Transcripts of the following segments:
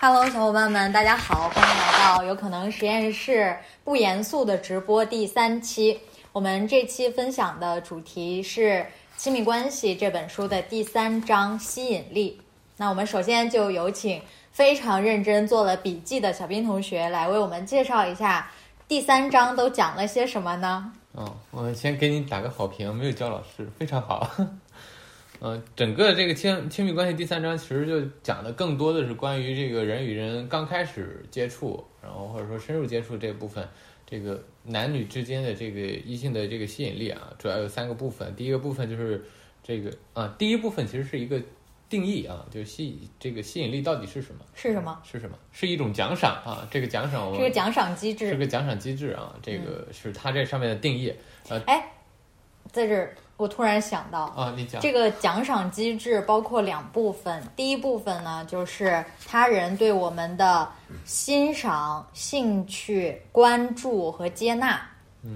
Hello，小伙伴们，大家好，欢迎来到有可能实验室不严肃的直播第三期。我们这期分享的主题是《亲密关系》这本书的第三章“吸引力”。那我们首先就有请非常认真做了笔记的小斌同学来为我们介绍一下第三章都讲了些什么呢？嗯、我先给你打个好评，没有焦老师，非常好。 嗯，整个这个亲亲密关系第三章其实就讲的更多的是关于这个人与人刚开始接触，然后或者说深入接触这部分，这个男女之间的这个异性的这个吸引力啊，主要有三个部分。第一个部分就是这个啊，第一部分其实是一个定义啊，就是吸这个吸引力到底是什么？是什么？是什么？是一种奖赏啊，这个奖赏我是们个奖赏机是制。嗯个奖赏机制啊，这个是它这上面的定义哎，在这儿我突然想到，啊。你讲这个奖赏机制包括两部分，第一部分呢就是他人对我们的欣赏、兴趣、关注和接纳。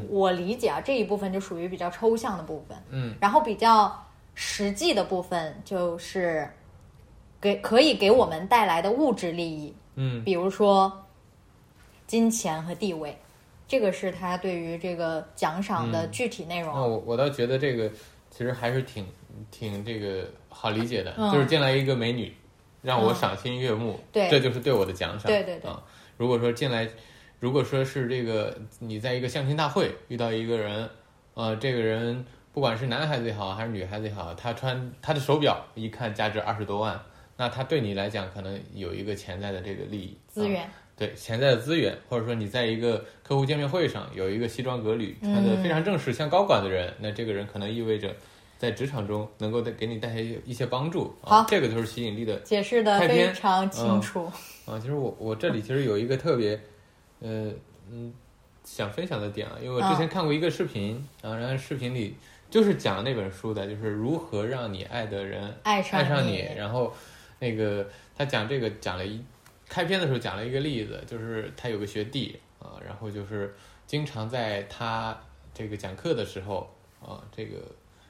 我理解啊，这一部分就属于比较抽象的部分。嗯，然后比较实际的部分就是给可以给我们带来的物质利益，嗯比如说金钱和地位，这个是他对于这个奖赏的具体内容。那我我倒觉得这个其实还是挺挺这个好理解的，嗯就是进来一个美女，让我嗯赏心悦目，对这就是对我的奖赏。对对对啊，如果说进来，如果说是这个你在一个相亲大会遇到一个人，呃，这个人不管是男孩子也好还是女孩子也好，他穿他的手表一看价值二十多万，那他对你来讲可能有一个潜在的这个利益资啊源，对潜在的资源，或者说你在一个客户见面会上有一个西装革履、穿的非常正式、像高管的人，那这个人可能意味着在职场中能够带给你带来一些帮助。啊好，这个就是吸引力的解释的太非偏常清楚。啊。其实我我这里其实有一个特别，呃嗯，想分享的点啊，因为我之前看过一个视频啊，然后视频里就是讲那本书的，就是如何让你爱的人爱爱上你，然后那个他讲这个讲了一开篇的时候讲了一个例子，就是他有个学弟啊、然后就是经常在他这个讲课的时候啊、这个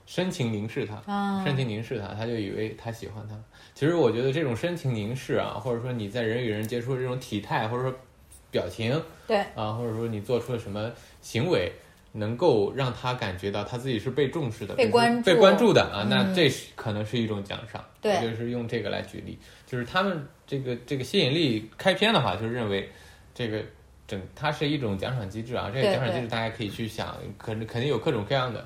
深情凝视他，啊深情凝视他，他就以为他喜欢他。其实我觉得这种深情凝视啊，或者说你在人与人接触的这种体态，或者说表情，对啊，或者说你做出了什么行为，能够让他感觉到他自己是被重视的、被关注被关注的啊，嗯那这是可能是一种奖赏。对我就是用这个来举例，就是他们这个这个吸引力开篇的话，就是认为这个。整它是一种奖赏机制啊，这个对奖赏机对制大家可以去想，可能肯定有各种各样的，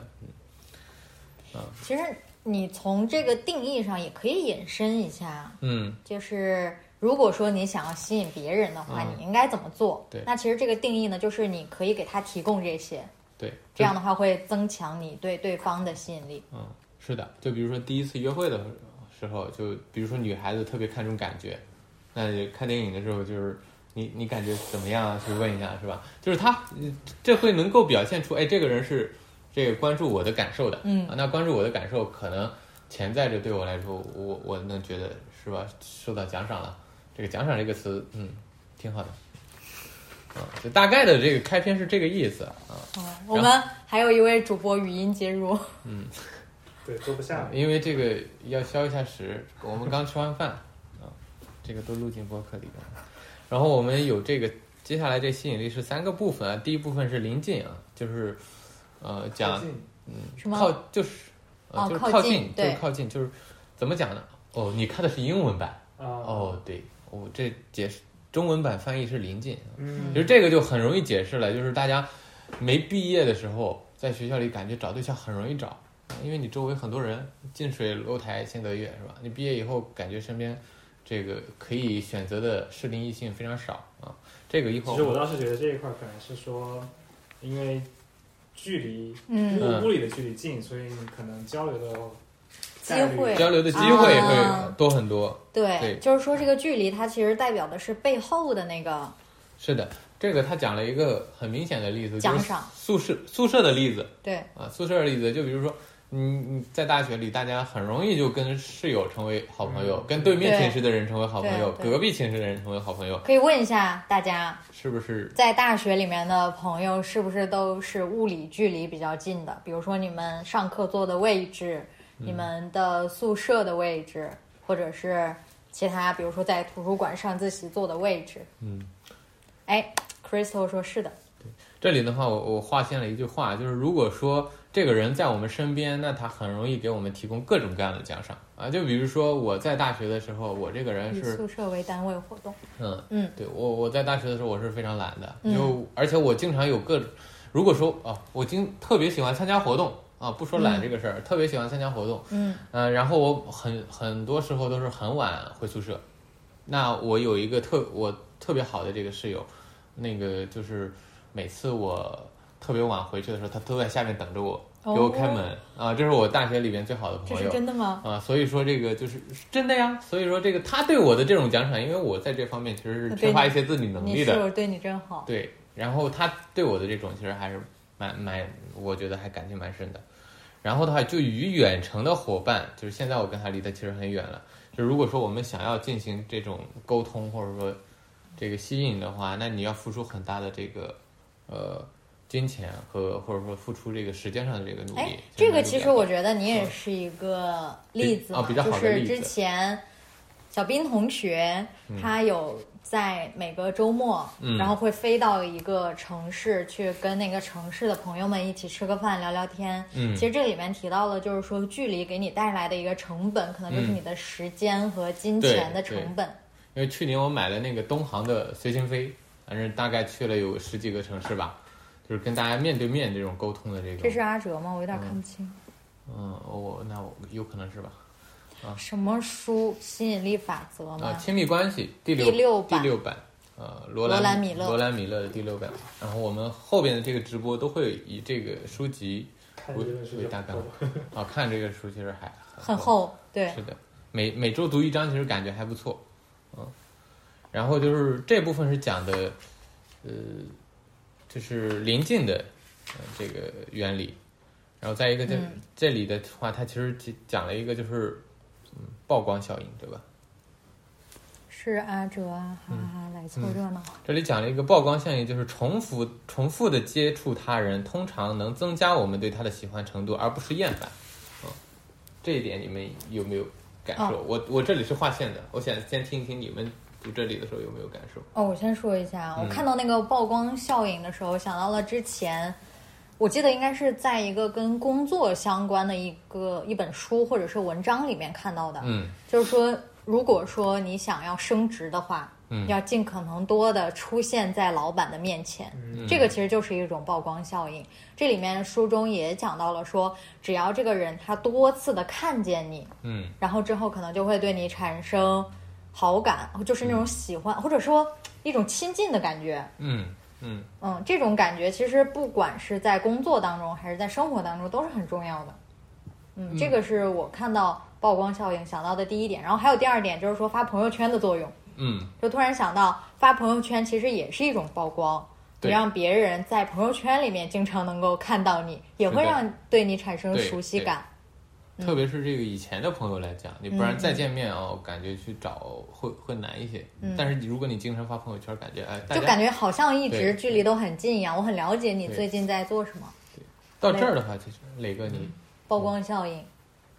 其实你从这个定义上也可以引申一下，嗯就是如果说你想要吸引别人的话，嗯你应该怎么做？对那其实这个定义呢，就是你可以给他提供这些，对，这样的话会增强你对对方的吸引力。嗯，是的，就比如说第一次约会的时候，就比如说女孩子特别看重感觉，那就看电影的时候就是你你感觉怎么样啊？去问一下是吧？就是他这会能够表现出，哎，这个人是这个关注我的感受的，嗯啊，那关注我的感受可能潜在着对我来说，我我能觉得是吧？受到奖赏了，这个奖赏这个词，嗯，挺好的。啊，就大概的这个开篇是这个意思啊，嗯，我们还有一位主播语音接入， 对，坐不下。因为这个要消一下食，我们刚吃完饭啊，这个都录进播客里边了。然后我们有这个，接下来这吸引力是三个部分啊，第一部分是临近啊，就是呃靠讲近什么靠就是呃哦就是靠靠近就是对靠近，就是怎么讲呢？哦，你看的是英文版啊，哦，对，我、这解释中文版翻译是临近啊，嗯其实这个就很容易解释了，就是大家没毕业的时候，在学校里感觉找对象很容易找，因为你周围很多人，近水楼台先得月，是吧？你毕业以后，感觉身边这个可以选择的适龄异性非常少啊。这个一会其实我儿倒是觉得这一块可能是说，因为距离嗯，物物理的距离近，所以你可能交流的机概率会交流的机会会多很多。对，对就是说这个距离它其实代表的是背后的那个是的，这个他讲了一个很明显的例子，就奖是赏，宿舍宿舍的例子，对，啊，宿舍的例子，就比如说，你你在大学里，大家很容易就跟室友成为好朋友，嗯跟对面对寝室的人成为好朋友，对对隔壁寝室的人成为好朋友，可以问一下大家，是不是？在大学里面的朋友是不是都是物理距离比较近的？比如说你们嗯上课坐的位置，你们的宿舍的位置，或者是其他比如说在图书馆上自习坐的位置。嗯，哎，Crystal 说是的，这里的话，我我划线了一句话，就是如果说这个人在我们身边，那他很容易给我们提供各种各样的奖赏啊。就比如说我在大学的时候，我这个人以是宿舍为单位活动。嗯，嗯，对我我在大学的时候我是非常懒的，嗯就而且我经常有各，如果说啊，我经特别喜欢参加活动啊，不说懒嗯这个事儿，特别喜欢参加活动，嗯呃，然后我很很多时候都是很晚回宿舍。那我有一个特我特别好的这个室友，那个就是每次我特别晚回去的时候，他都在下面等着我，给我开门、啊，这是我大学里面最好的哦这朋是友。真的吗？啊，所以说这个就是真的呀。所以说这个他对我的这种奖赏，因为我在这方面其实是对缺乏你一些自理能你力室的，友对你真好。对。然后他对我的这种其实还是蛮蛮，我觉得还感情蛮深的。然后的话，就与远程的伙伴，就是现在我跟他离得其实很远了。就如果说我们想要进行这种沟通，或者说这个吸引的话，那你要付出很大的这个呃金钱和或者说付出这个时间上的这个努哎力。，这个其实我觉觉得你也是一个例子嘛，嗯比啊比较好的就是例子之前小斌同学、他有在每个周末，嗯然后会飞到一个城市去跟那个城市的朋友们一起吃个饭、聊聊天。嗯其实这里面提到了，就是说距离给你带来的一个成本，可能就是嗯你的时间和金对钱的对成本。因为去年我买了那个东航的随心飞，反正大概去了有十几个城市吧，就是跟大家面对面这种沟通的这这是种。阿哲吗？我有点看不清。嗯，我那我有可能是吧。什么书？吸引力法则吗？啊，亲密关系第六第六版第六版，呃，罗罗兰兰米勒罗兰米勒的第六版。然后我们后边的这个直播都会以这个书籍看为这本书为就大纲够。啊，看这个书其实还很。厚，对，是的，每每周读一章，其实感觉还不错，嗯。然后就是这部分是讲的，呃，就是临近的、呃、这个原理。然后再一个就、嗯这里的话，它其实提讲了一个就是，嗯，曝光效应，对吧？是阿哲啊，哈哈哈，来凑嗯热闹。这里讲了一个曝光效应，就是重复重复的接触他人，通常能增加我们对他的喜欢程度，而不是厌烦。嗯，这一点你们有没有感受？哦我我这里是划线的，我想先听一听你们读这里的时候有没有感受。哦，我先说一下，我嗯看到那个曝光效应的时候，想到了之前，我记得应该是在一个跟工作相关的一个一本书或者是文章里面看到的，嗯就是说，如果说你想要升职的话，嗯要尽可能多的出现在老板的面前，嗯这个其实就是一种曝光效应。这里面书中也讲到了说，只要这个人他多次的看见你，嗯然后之后可能就会对你产生好感，就是那种喜欢，或者说一种亲近的感觉。嗯嗯嗯，这种感觉其实不管是在工作当中还是在生活当中都是很重要的。嗯，嗯这个是我看到曝光效应想到的第一点，然后还有第二点就是说发朋友圈的作用，嗯就突然想到发朋友圈其实也是一种曝光，你对让别人在朋友圈里面经常能够看到你，也会是的让对你产生对熟悉对感。嗯，特别是这个以前的朋友来讲，你不嗯然再见面啊，我感觉去找会会难一些。嗯但是你如果你经常发朋友圈，感觉哎，大就家感觉好像一直对距离都很近一样。我很了解你对最近在做什么，到这儿的话，其实磊哥嗯你曝光效应。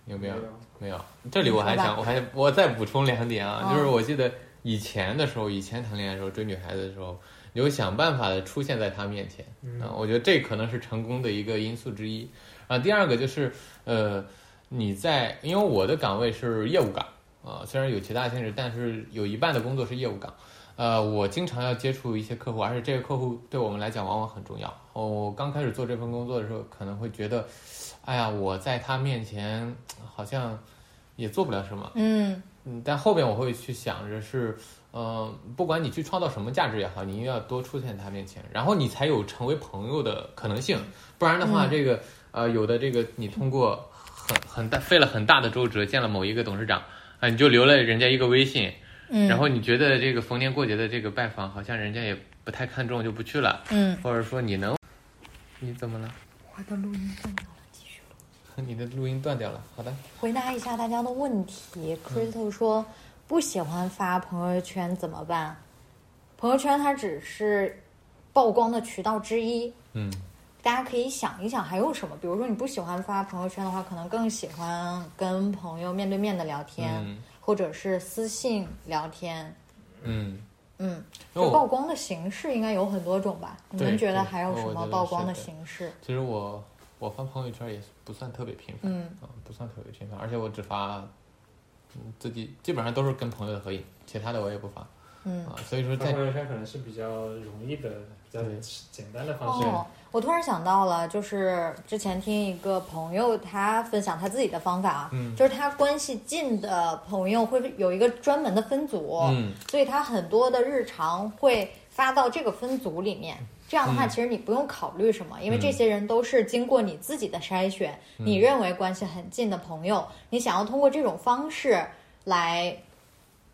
有没没有有？没有，这里我还你说想，吧我还我再补充两点啊，嗯就是我记得以前的时候，以前谈恋爱的时候，追女孩子的时候，你会想办法的出现在她面前，嗯啊，我觉得这可能是成功的一个因素之一。啊，第二个就是呃，你在因为我的岗位是业务岗啊，虽然有其他性质，但是有一半的工作是业务岗。呃，我经常要接触一些客户，而且这个客户对我们来讲往往很重要。哦我刚开始做这份工作的时候，可能会觉得，哎呀，我在他面前好像也做不了什么。嗯，嗯，但后边我会去想着是，呃，不管你去创造什么价值也好，你一定要多出现在他面前，然后你才有成为朋友的可能性。不然的话，嗯这个呃，有的这个你通过很很大费了很大的周折见了某一个董事长啊、你就留了人家一个微信，嗯然后你觉得这个逢年过节的这个拜访，好像人家也不太看重，就不去了，嗯，或者说你能，你怎么了？我的录音断掉了，继续录 你的录音断掉了。好的，回答一下大家的问题。Crystal 嗯说不喜欢发朋友圈怎么办？朋友圈它只是曝光的渠道之一，嗯大家可以想一想还有什么。比如说你不喜欢发朋友圈的话，可能更喜欢跟朋友面对面的聊天。嗯或者是私信聊天，嗯，嗯，因就为我曝光的形式应该有很多种吧？你们哦对觉得对哦还有我什觉么得曝是光的的形式？其实我我发朋友圈也不算特别频繁，嗯，啊，不算特别频繁，而且我只发嗯自己基本上都是跟朋友的合影，其他的我也不发嗯啊，所以说发在朋友圈可能是比较容易的、比较对简单啊的方式。哦，我突然想到了，就是之前听一个朋友他分享他自己的方法啊，嗯就是他关系近的朋友会有一个专门的分组，嗯所以他很多的日常会发到这个分组里面。这样的话，嗯其实你不用考虑什么，因为嗯这些人都是经过你自己的筛选，嗯你认为关系很近的朋友，你想要通过这种方式来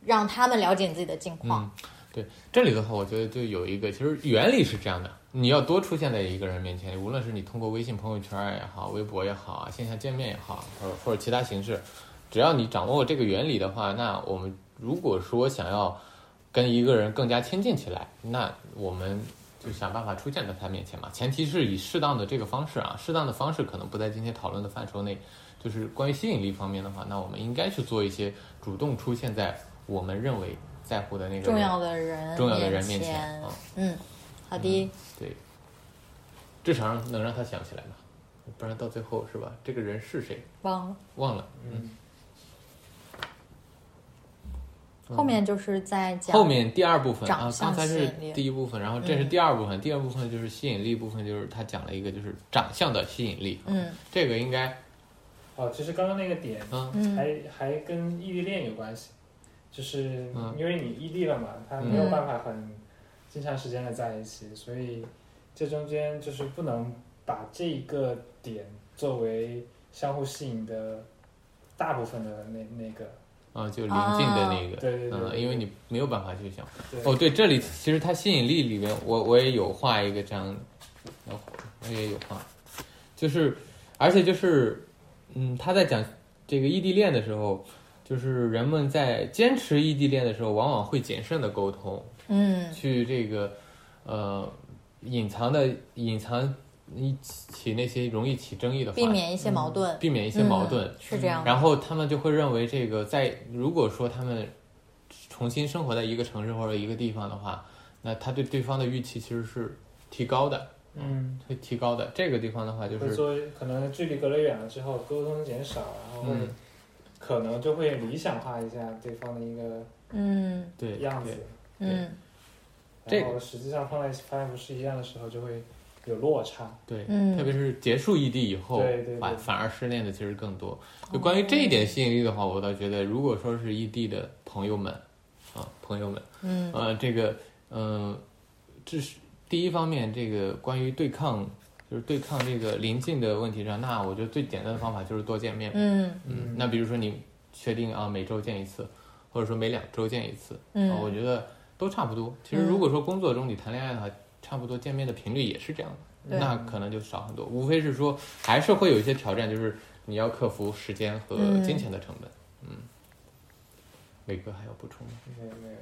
让他们了解你自己的近况。嗯，对，这里的话，我觉得就有一个，其实原理是这样的：你要多出现在一个人面前，无论是你通过微信朋友圈也好，微博也好啊，线下见面也好，或者或者其他形式，只要你掌握这个原理的话，那我们如果说想要跟一个人更加亲近起来，那我们。就想办法出现在他面前嘛，前提是以适当的这个方式啊，适当的方式可能不在今天讨论的范畴内。就是关于吸引力方面的话，那我们应该去做一些主动出现在我们认为在乎的那个人重要的人重要的人面面前啊，嗯，好的，对，至少能让他想起来吧，不然到最后是吧？这个人是谁忘了。忘了？嗯，嗯后面就是在讲后面第二部分啊长，相刚才是吸引力嗯第一部分，然后这是第二部分，第二部分就是吸引力部分，就是他讲了一个就是长相的吸引力，嗯这个应该哦，其实刚刚那个点嗯嗯还还跟异地恋有关系，就是嗯因为你异地了嘛，他没有办法很经常时间的在一起，所以这中间就是不能把这一个点作为相互吸引的大部分的那那个，啊就临近的那个，对对对，嗯，因为你没有办法去想。对哦，对，这里其实它吸引力里面，我我也有画一个这样，哦我也有画，就是，而且就是，嗯，他在讲这个异地恋的时候，就是人们在坚持异地恋的时候，往往会谨慎的沟通，嗯去这个，呃，隐藏的隐藏一起那些容易起争议的话避免一些矛盾，避免一些矛盾，嗯是这样的，然后他们就会认为这个在如果说他们重新生活在一个城市或者一个地方的话，那他对对方的预期其实是提高的，嗯，会提高的。这个地方的话就会是，说可能距离隔得远了之后沟通减少，然后会嗯，可能就会理想化一下对方的一个嗯对，样子对。嗯这然后实际上放在发现不是一样的时候，就会有落差。对，嗯特别是结束异地以后，对对对反反而失恋的其实更多。就关于这一点吸引力的话，我倒觉得，如果说是异地的朋友们，啊，朋友们，嗯呃，这个，嗯、这是第一方面，这个关于对抗，就是对抗这个临近的问题上，那我觉得最简单的方法就是多见面。嗯嗯那比如说你确定啊，每周见一次，或者说每两周见一次，啊，我嗯觉得都差不多。其实如果说工作中你谈恋爱的话，差不多见面的频率也是这样的，对那可能就少很多。无非是说，还是会有一些挑战，就是你要克服时间和嗯金钱的成本。嗯，磊哥还要补充吗？没有没有，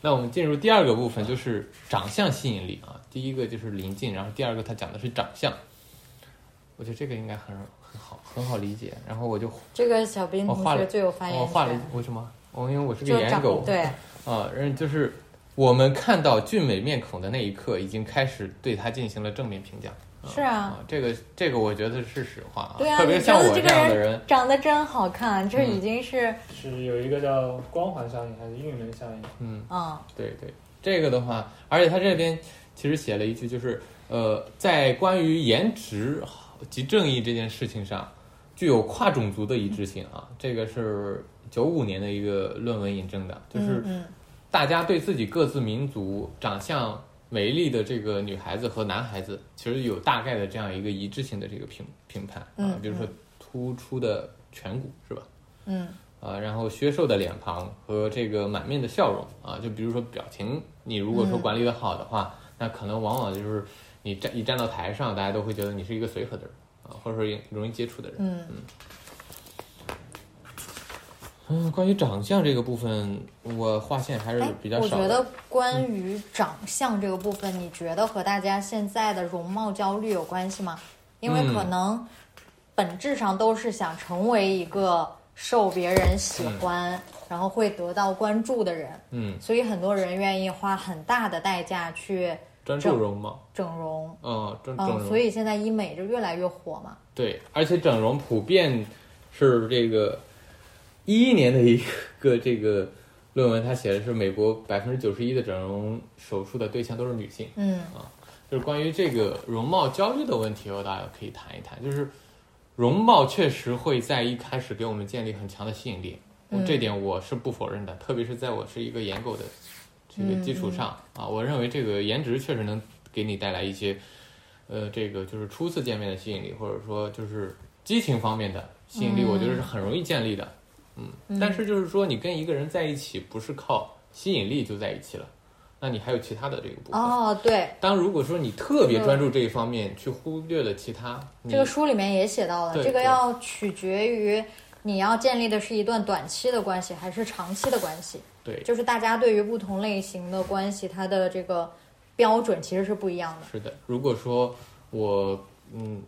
那我们进入第二个部分，就是长相吸引力啊。第一个就是临近，然后第二个它讲的是长相。我觉得这个应该很很好，很好理解。然后我就这个小斌我同哦画学了最有发我言画了权，一为什么？我因为我是就个颜长狗对，啊，嗯，就是我们看到俊美面孔的那一刻，已经开始对他进行了正面评价。啊是啊啊，这个这个我觉得是实话啊，对啊特别你像觉得我这个样的人人，长得真好看，这嗯已经是是有一个叫光环效应还是运轮效应？嗯。嗯对对，这个的话，而且他这边其实写了一句，就是呃，在关于颜值及正义这件事情上，具有跨种族的一致性啊。这个是九五年的一个论文引证的，就是嗯大家对自己各自民族长相美丽的这个女孩子和男孩子，其实有大概的这样一个一致性的这个评评判啊嗯，比如说嗯突出的颧骨是吧？嗯啊，然后削瘦的脸庞和这个满面的笑容啊，就比如说表情，你如果说嗯管理的好的话，那可能往往就是你站一站到台上，大家都会觉得你是一个随和的人啊，或者说容易接触的人。嗯嗯，关于长相这个部分，我划线还是哎比较我少觉的。嗯得关于长相这个部分，你觉得和大家现在的容貌焦虑有关系吗？因为嗯可能本质上都是想成为一个受别人喜欢、然后会得到关注的人，嗯，所以很多人愿意花很大的代价去专整注容貌，整容，嗯，专整嗯，容，所以现在医美就越来越火嘛。对，而且整容普遍是这个一一年的一个这个论文，它写的是美国百分之九十一的整容手术的对象都是女性。嗯就是关于这个容貌焦虑的问题，我大家可以谈一谈。就是容貌确实会在一开始给我们建立很强的吸引力，嗯这点我是不否认的。特别是在我是一个颜狗的这个基嗯础上、啊，我认为这个颜值确实能给你带来一些，呃，这个就是初次见面的吸引力，或者说就是激情方面的吸引力，嗯我觉得是很容易建立的。嗯，嗯但是就是说，你跟一个人在一起，不是靠吸引力就在一起了，那你还有其他的这个部分。哦，对，当如果说你特别专注这一方面，去忽略了其他，你嗯这个书里面也写到了，对这个对要取决于你要建立的是一段短期的关系还是长期的关系，对就是大家对于不同类型的关系，它的这个标准其实是不一样的。是嗯的。如果说我嗯，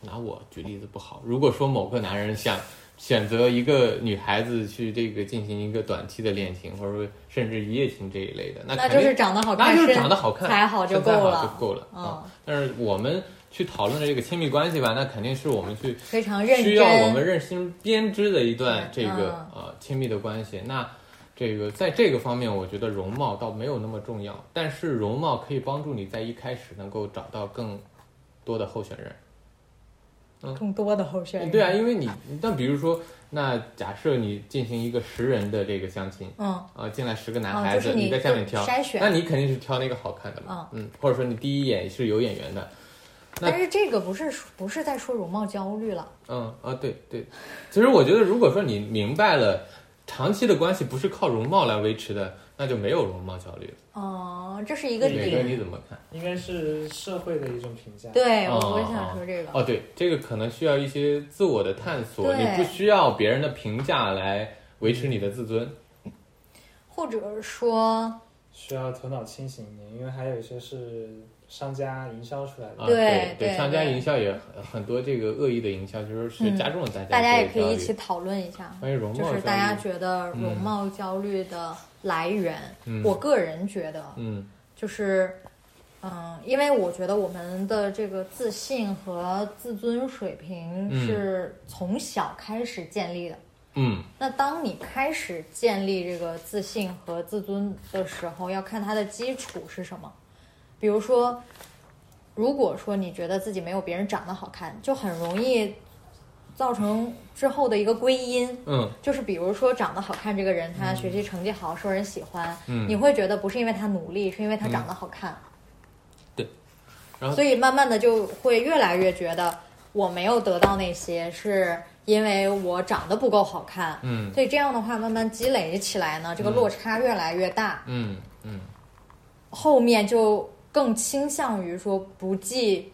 拿我举例子不好，如果说某个男人想选择一个女孩子去这个进行一个短期的恋情，或者说甚至一夜情这一类的，那那肯就定是长得好那看，就是身长得好看，材好就身够材好了，就够了嗯啊。但是我们去讨论的这个亲密关系吧，那肯定是我们去非常认真。需要我们认真编织的一段这对嗯个、呃亲密的关系。那这个在这个方面，我觉得容貌倒没有那么重要，但是容貌可以帮助你在一开始能够找到更多的候选人。更多的候选人。对啊，，因为你但比如说，那假设你进行一个十人的这个相亲。嗯，啊，进来十个男哦孩子，就是你在下面挑筛选哦那你肯定是挑那个好看的嘛，嗯，或者说你第一眼是有眼缘的，那但是这个不是说不是在说容貌焦虑了，嗯啊，对对，其实我觉得，如果说你明白了，长期的关系不是靠容貌来维持的，那就没有容貌焦虑了。哦、这是一个对磊哥点。你怎么看？应该是社会的一种评价。对，哦我我想说这个。哦，对，这个可能需要一些自我的探索，对你不需要别人的评价来维持你的自尊。或者说，需要头脑清醒一点，因为还有一些是商家营销出来的。啊，对对对商家对营销也很很多，这个恶意的营销就是嗯加重了大家、大家也可以一起。讨论一下，关于容貌就焦是虑，大家觉得容貌焦虑的来源。嗯我个人觉得，嗯就是，嗯，因为我觉得我们的这个自信和自尊水平嗯是从小开始建立的。嗯，那当你开始建立这个自信和自尊的时候，要看它的基础是什么。比如说，如果说你觉得自己没有别人长得好看，就很容易造成之后的一个归因。嗯就是比如说长得好看这个人，他学习成绩好，受人喜欢，嗯你会觉得不是因为他努力，是因为他长得好看。对然后所以慢慢的就会越来越觉得我没有得到那些，是因为我长得不够好看。嗯所以这样的话，慢慢积累起来呢，这个落差越来越大，嗯嗯后面就更倾向于说不计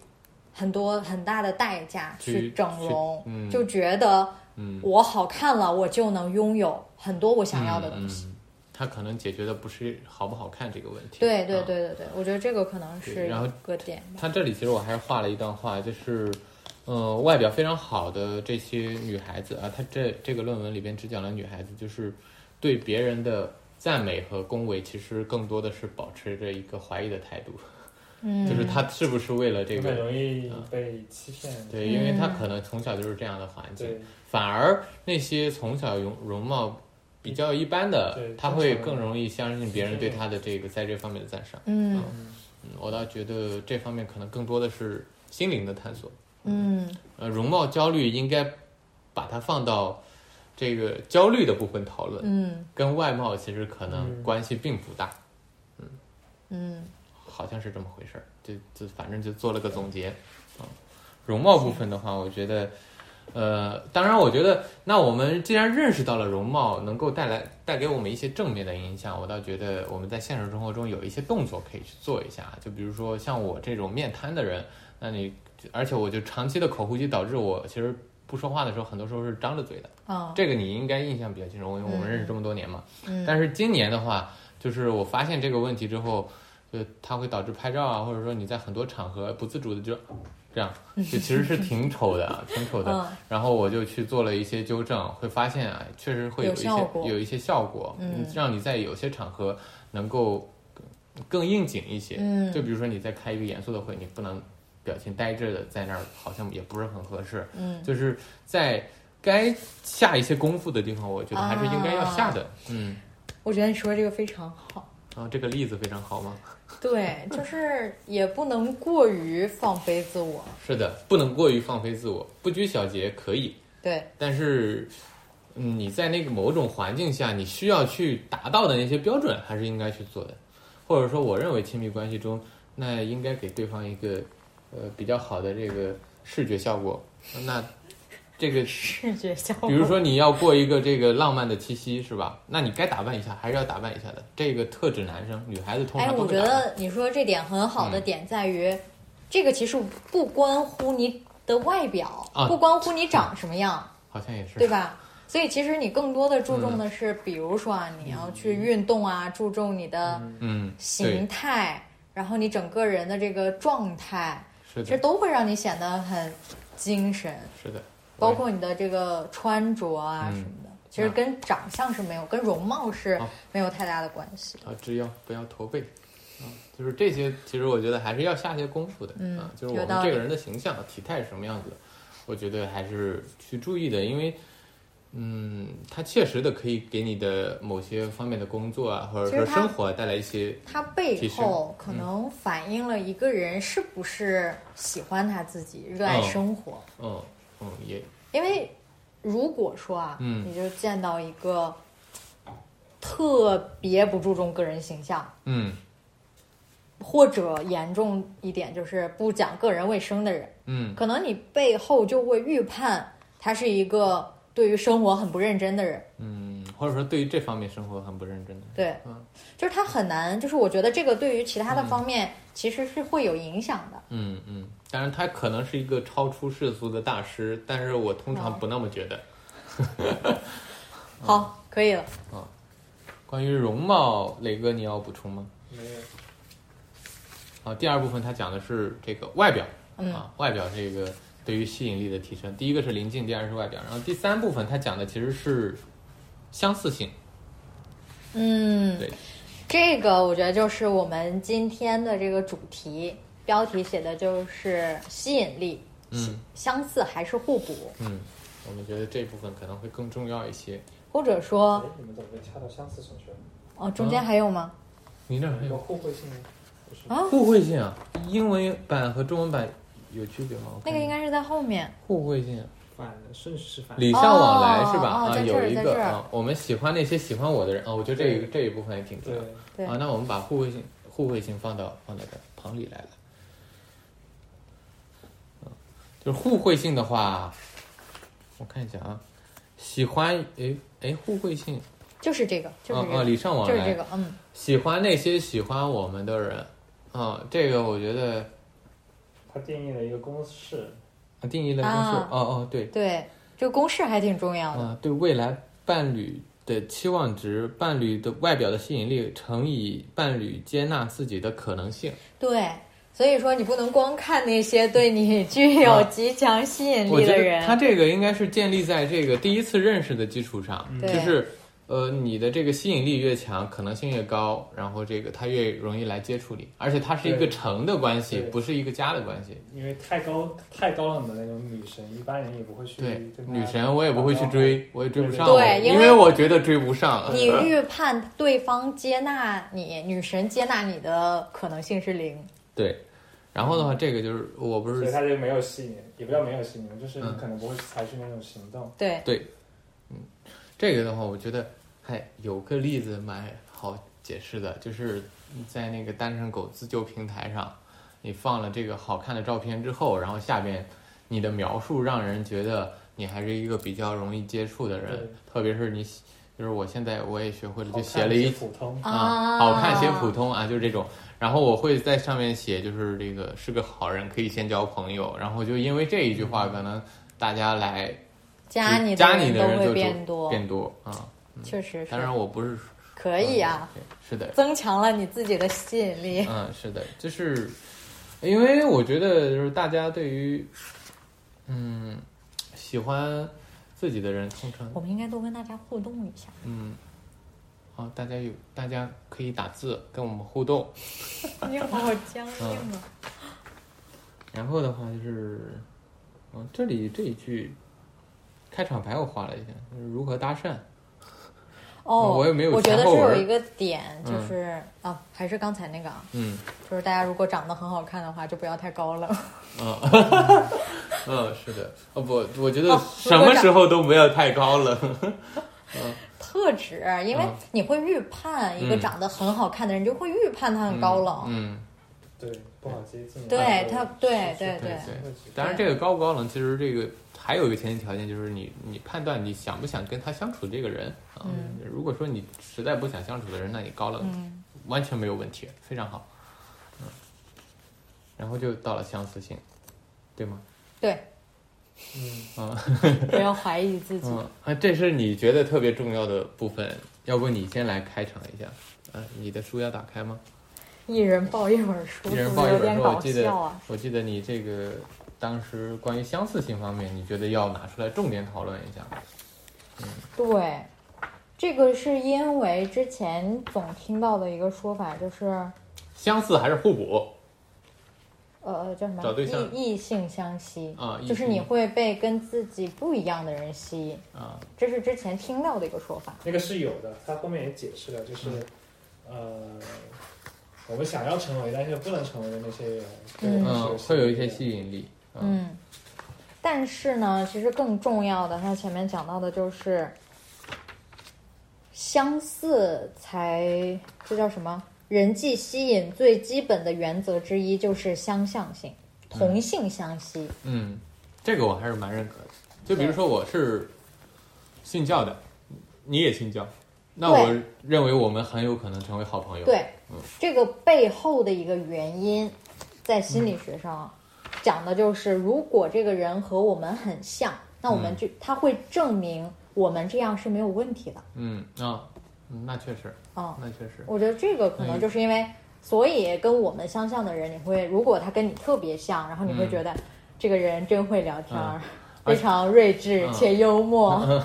很多很大的代价去去整容，去嗯就觉得嗯，我好看了，我就能拥有很多我想要的东西。嗯嗯他可能解决的不是好不好看这个问题。对对啊对对对，我觉得这个可能对是然后一个点吧。他这里其实我还是画了一段话，就是，呃，外表非常好的这些女孩子啊，他这这个论文里边只讲了女孩子，就是对别人的赞美和恭维，其实更多的是保持着一个怀疑的态度，嗯，就是她是不是为了这就很个，容易被欺骗。啊对，因为她嗯可能从小就是这样的环境，对，反而那些从小容容貌比较一般的对，她正会常更容易相信别人对嗯她的这个在这方面的赞赏。嗯嗯，我倒觉得这方面可能更多的是心灵的探索。嗯呃，容貌焦虑应该把它放到这个焦虑的部分讨论，嗯跟外貌其实可能关系并不大，嗯，好像是这么回事儿。就就反正就做了个总结啊、容貌部分的话，我觉得，呃，当然，我觉得那我们既然认识到了容貌能够带来带给我们一些正面的影响，我倒觉得我们在现实生活中有一些动作可以去做一下，就比如说像我这种面瘫的人，那你而且我就长期的口呼吸导致我其实不说话的时候，很多时候是张着嘴的。哦，这个你应该印象比较清楚，因为我们认识这么多年嘛。嗯但是今年的话，就是我发现这个问题之后，就它会导致拍照啊，或者说你在很多场合不自主的就 这样就其实是挺丑的，啊，挺丑的。嗯然后我就去做了一些纠正，会发现啊，确实会有一些效果有一些效果，嗯让你在有些场合能够更应景一些。嗯就比如说你在开一个严肃的会，你不能表情呆滞的在那儿，好像也不是很合适。嗯，就是在该下一些功夫的地方，我觉得还是应该啊要下的。嗯，我觉得你说的这个非常好。然啊后这个例子非常好吗？对，就是也不能过于放飞自我。是的，不能过于放飞自我，不拘小节可以，对，但是，嗯，你在那个某种环境下，你需要去达到的那些标准，还是应该去做的。或者说，我认为亲密关系中，那应该给对方一个呃比较好的这个视觉效果。那这个，视觉效果。比如，说你要过一个这个浪漫的七夕，是吧？那你该打扮一下，还是要打扮一下的。这个特指男生，女孩子通哎，常都我会觉打扮。得你说这点很好的嗯点在于，这个其实不关乎你的外表，啊不关乎你长什么样，好像也是，嗯对吧？所以其实你更多的注重的是，比如说啊，你要去运动啊，注重你的嗯嗯，形对，态，然后你整个人的这个状态，是这的，都会让你显得很精神，是的，包括你的这个穿着啊什么的，其实跟长相是没有，跟容貌是好没有太大的关系。啊，只要不要驼背，啊，就是这些，其实我觉得还是要下些功夫的，嗯啊，就是有我们道这个理人的形象、体态是什么样子的，我觉得还是去注意的，因为，嗯，它切实的可以给你的某些方面的工作啊，或者其实说它生活啊带来一些，他提背升后可能反映了一个人是不是喜欢他自己、热爱嗯生活。嗯嗯，也因为如果说啊，嗯你就见到一个特别不注重个人形象，嗯或者严重一点就是不讲个人卫生的人，嗯可能你背后就会预判他是一个对于生活很不认真的人。嗯，或者说对于这方面生活很不认真的，对，嗯就是他很难，就是我觉得这个对于其他的方面其实是会有影响的。嗯嗯，当然他可能是一个超出世俗的大师，但是我通常哦不那么觉得。嗯好，可以了。关于容貌，磊哥你要补充吗？没有，啊，第二部分它讲的是这个外表，嗯啊，外表这个对于吸引力的提升，第一个是临近，第二是外表，然后第三部分它讲的其实是相似性，嗯对，这个我觉得就是我们今天的这个主题标题写的就是吸引力，嗯相似还是互补，嗯，我们觉得这部分可能会更重要一些。或者说哎，你们怎么被掐到相似程序了？哦，中嗯间还有吗？你那儿还有有互惠性吗？不是啊互惠性啊？英文版和中文版有区别吗？我那看个应该是在后面。互惠性啊，反顺序是反礼尚往来哦是吧？哦啊，在这有儿一在个这儿啊，我们喜欢那些喜欢我的人啊，我觉得这个这一部分也挺重对要。，对啊，那我们把互惠性互惠性放到放到这儿旁里来了。嗯，就是互惠性的话，我看一下啊，喜欢诶诶，互惠性，就是这个，就是啊这啊，个，礼尚往就是来，这个，嗯，喜欢那些喜欢我们的人，啊，这个我觉得它定义了一个公式，啊定义了公式，啊哦哦对，对，这个公式还挺重要的。啊，对未来伴侣的期望值，伴侣的外表的吸引力乘以伴侣接纳自己的可能性。对，所以说你不能光看那些对你具有啊极强吸引我力觉的得他人，这个应该是建立在这个第一次认识的基础上，嗯对就是呃，你的这个吸引力越强，可能性越高，然后这个他越容易来接触你，而且它是一个对乘的关系对，不是一个加的关系。因为太高太高冷的那种女神，一般人也不会去对跟，她女神我也不会去追，我也追不上，对因因为为我觉得追不上。你预判对方接纳你，女神接纳你的可能性是零。对，然后的话，这个就是我不所是以他就没有吸引，也不叫没有吸引，就是嗯你可能不会采取那种行动。对，这个的话，我觉得还有个例子蛮好解释的，就是在那个单身狗自救平台上，你放了这个好看的照片之后，然后下边你的描述让人觉得你还是一个比较容易接触的人对，特别是你喜，就是我现在我也学会了，好就看写了一且普通，啊好看写普通啊，就是这种。然后我会在上面写，就是这个是个好人，可以先交朋友。然后就因为这一句嗯话，可能大家来加你加人你都的人会就变多，变多啊。确实当是然，我不是可以啊，嗯对是的，增强了你自己的吸引力。嗯，是的，就是，因为我觉得就是大家对于，嗯，喜欢自己的人，通常我们应该多跟大家互动一下。 嗯，好，大家有大家可以打字跟我们互动，你好僵嗯硬啊！然后的话就是，嗯，这里这一句开场白我画了一下，就是如何搭讪。哦，我也没有觉得前后是文有儿一个点，就嗯是、啊，还是刚才那个啊，嗯就是大家如果长得很好看的话，就不要太高冷。啊，嗯，是的，哦不，我觉得哦什么时候都不要太高冷。 特指，因为嗯你会预判一个嗯长得很好看的人，你就会预判他很高冷。嗯，对，不好接近。啊对他，对是对嗯对对，对当然这个高不高冷，其实这个还有一个前提条件，就是你你判断你想不想跟他相处这个人啊。嗯如果说你实在不想相处的人，那你高冷、嗯，完全没有问题，非常好。嗯，然后就到了相似性，对吗？对，嗯，不要怀疑自己。嗯，啊，这是你觉得特别重要的部分，要不你先来开场一下。呃，你的书要打开吗？一人抱一本书，一是人不抱是一有本点书，我搞记得笑啊？，我记得你这个当时关于相似性方面，你觉得要拿出来重点讨论一下。对，这个是因为之前总听到的一个说法，就是相似还是互补呃叫什么找对象异异性相吸，啊？异就是性你会被跟自己不一样的人吸引，啊，这是之前听到的一个说法。那个是有的，他后面也解释了，就是、嗯呃，我们想要成为但是不能成为的那些人，对嗯嗯，会有一些吸引力。嗯嗯，但是呢，其实更重要的，他前面讲到的就是相似才，这叫什么？人际吸引最基本的原则之一就是相像性，同性相吸。嗯，这个我还是蛮认可的。就比如对说我是信教的，你也信教，那对我认为我们很有可能成为好朋友。对嗯，这个背后的一个原因，在心理学上讲的就是，如果这个人和我们很像，那我嗯们就他会证明我们这样是没有问题的。嗯啊，嗯那确实，嗯，那确实，我觉得这个可嗯能就是因为，所以跟我们相像的人，你会如果他跟你特别像，然后你会嗯觉得这个人真会聊天儿， 而非常睿智嗯且幽默。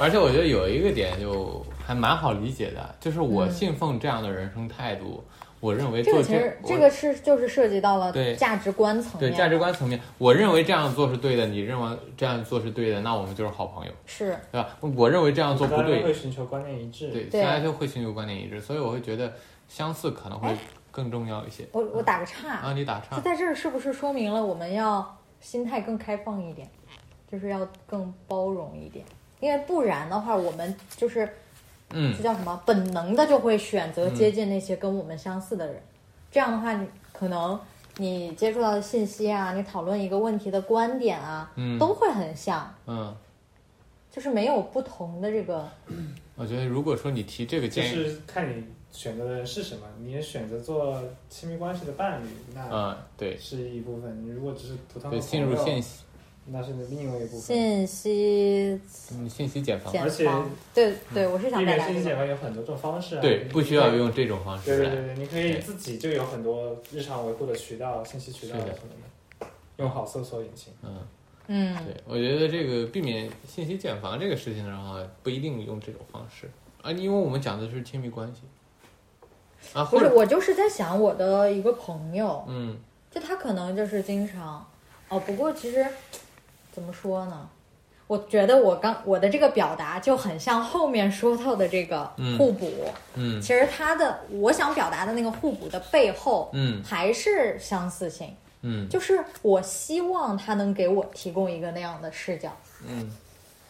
而且我觉得有一个点就还蛮好理解的，就是我信奉这样的人生态度，我认为嗯这做个其实我这个是就是涉及到了对价值观层面啊对的，价值观层面，我认为这样做是对的，你认为这样做是对的，那我们就是好朋友，是对吧？我认为这样做不大家对会，寻求观念一致。对，对大家就会寻求观点一致，所以我会觉得相似可能会哎更重要一些。我我打个岔，啊，你打就岔，在这儿是不是说明了我们要心态更开放一点，就是要更包容一点？因为不然的话，我们就是嗯这，叫什么？本能的就会选择接近那些跟我们相似的人。这样的话，你可能你接触到的信息啊，你讨论一个问题的观点啊，嗯都会很像，嗯，就是没有不同的这个。我觉得如果说你提这个就建议，是看你选择的人是什么，你也选择做亲密关系的伴侣，那嗯，对是一部分；你如果只是普通对，的进入朋友信息那是另外一部分。啊信息嗯信息茧房，茧而且房，对对，我是避想带免来信息这茧个。房有很多种方式啊，对，你不需要用这种方对式对来对，对，你可以自己就有很多日常维护的渠道、信息渠道是什的么的，用好搜索引擎。嗯。嗯，对，我觉得这个避免信息茧房这个事情的话，不一定用这种方式啊，因为我们讲的是亲密关系啊，不或是，者我就是在想我的一个朋友，嗯就他可能就是经常，哦，不过其实怎么说呢？我觉得我刚我的这个表达就很像后面说到的这个嗯互补。嗯其实他的我想表达的那个互补的背后，嗯还是相似性，嗯就是我希望他能给我提供一个那样的视角，嗯，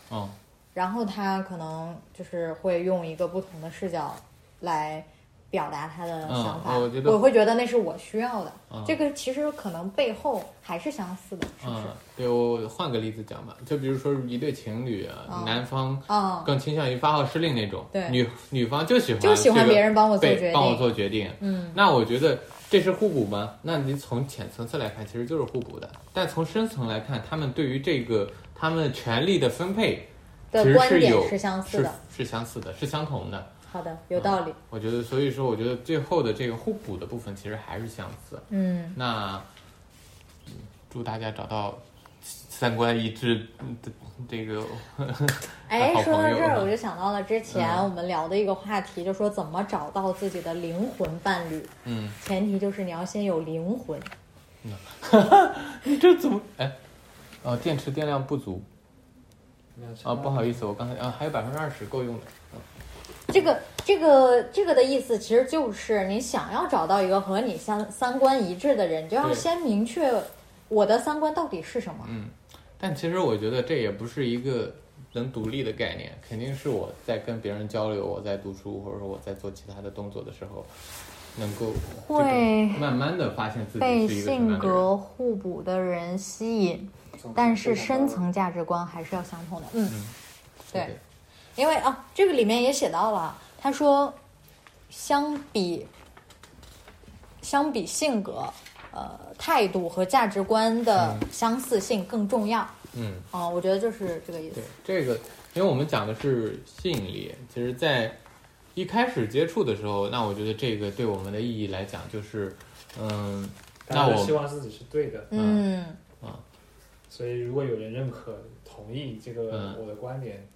哦，然后他可能就是会用一个不同的视角来表达他的嗯想法，我觉得会觉得那是我需要的。嗯这个其实可能背后还是相似的，是不是嗯？，对我换个例子讲吧，就比如说一对情侣啊哦，男方啊、更倾向于发号施令那种，对女女方就喜欢就喜欢嗯这个别人帮我做被决定帮我做决定，嗯，那我觉得这是互补吗？那你从浅层次来看，其实就是互补的。但从深层来看，他们对于这个他们权利的分配，其的实观是有点是相似是的。是相似的，是相同的。好的，有道理。嗯我觉得，所以说，我觉得最后的这个互补的部分其实还是相似。嗯那祝大家找到三观一致的这个哎，好说到朋友这儿，嗯我就想到了之前嗯我们聊的一个话题，就说怎么找到自己的灵魂伴侣。嗯，前提就是你要先有灵魂。你这怎么哎？哦，电池电量不足啊、啊不好意思，我刚才啊还有百分之二十够用的。这个这个这个的意思，其实就是你想要找到一个和你三三观一致的人，就要对先明确我的三观到底是什么。嗯但其实我觉得这也不是一个能独立的概念，肯定是我在跟别人交流，我在读书，或者说我在做其他的动作的时候，能够这种会慢慢的发现自被己是一个什么性样的人。格互补的人吸引，但是深层价值观还是要相同的。嗯，对，对因为啊，这个里面也写到了，他说，相比相比性格、呃态度和价值观的相似性更重要。嗯。哦、我觉得就是这个意思对。这个，因为我们讲的是吸引力，其实，在一开始接触的时候，那我觉得这个对我们的意义来讲，就是，嗯，那我希望自己是对的，嗯，所以如果有人认可、同意这个嗯我的观点，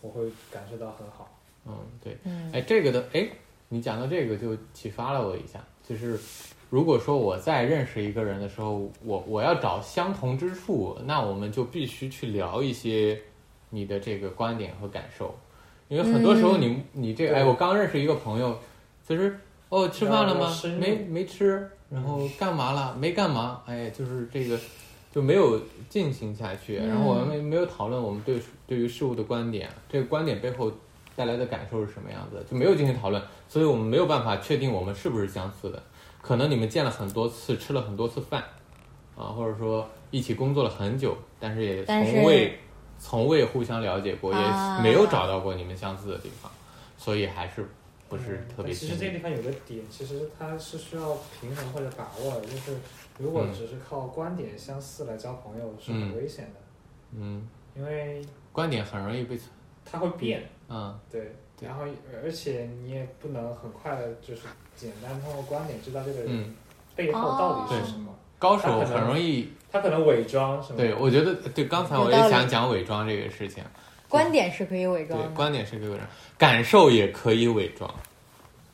我会感受到很好。嗯，对，嗯哎，这个的，哎，你讲到这个就启发了我一下，就是如果说我在认识一个人的时候，我我要找相同之处，那我们就必须去聊一些你的这个观点和感受，因为很多时候你、你这个，哎，对我刚认识一个朋友，其实哦，吃饭了聊吗深？入没没吃，然后干嘛了？没干嘛，哎，就是这个。就没有进行下去，嗯然后我们没有讨论我们对对于事物的观点，这个观点背后带来的感受是什么样子，就没有进行讨论，所以我们没有办法确定我们是不是相似的。可能你们见了很多次，吃了很多次饭，啊，或者说一起工作了很久，但是也但是从未从未互相了解过，啊也没有找到过你们相似的地方，所以还是不是嗯特别但其亲实这个密。地方有个点，其实它是需要平衡或者把握的，就是如果嗯只是靠观点相似来交朋友是很嗯危险的，嗯，因为观点很容易被它会变，嗯对，对然后而且你也不能很快的就是简单通过观点知道这个人嗯，背后到底哦是什么，高他手可能很容易他可能伪装什么，对，我觉得对，刚才我也想讲伪装这个事情。观点是可以伪对装，的。观点是可以伪装，感受也可以伪装。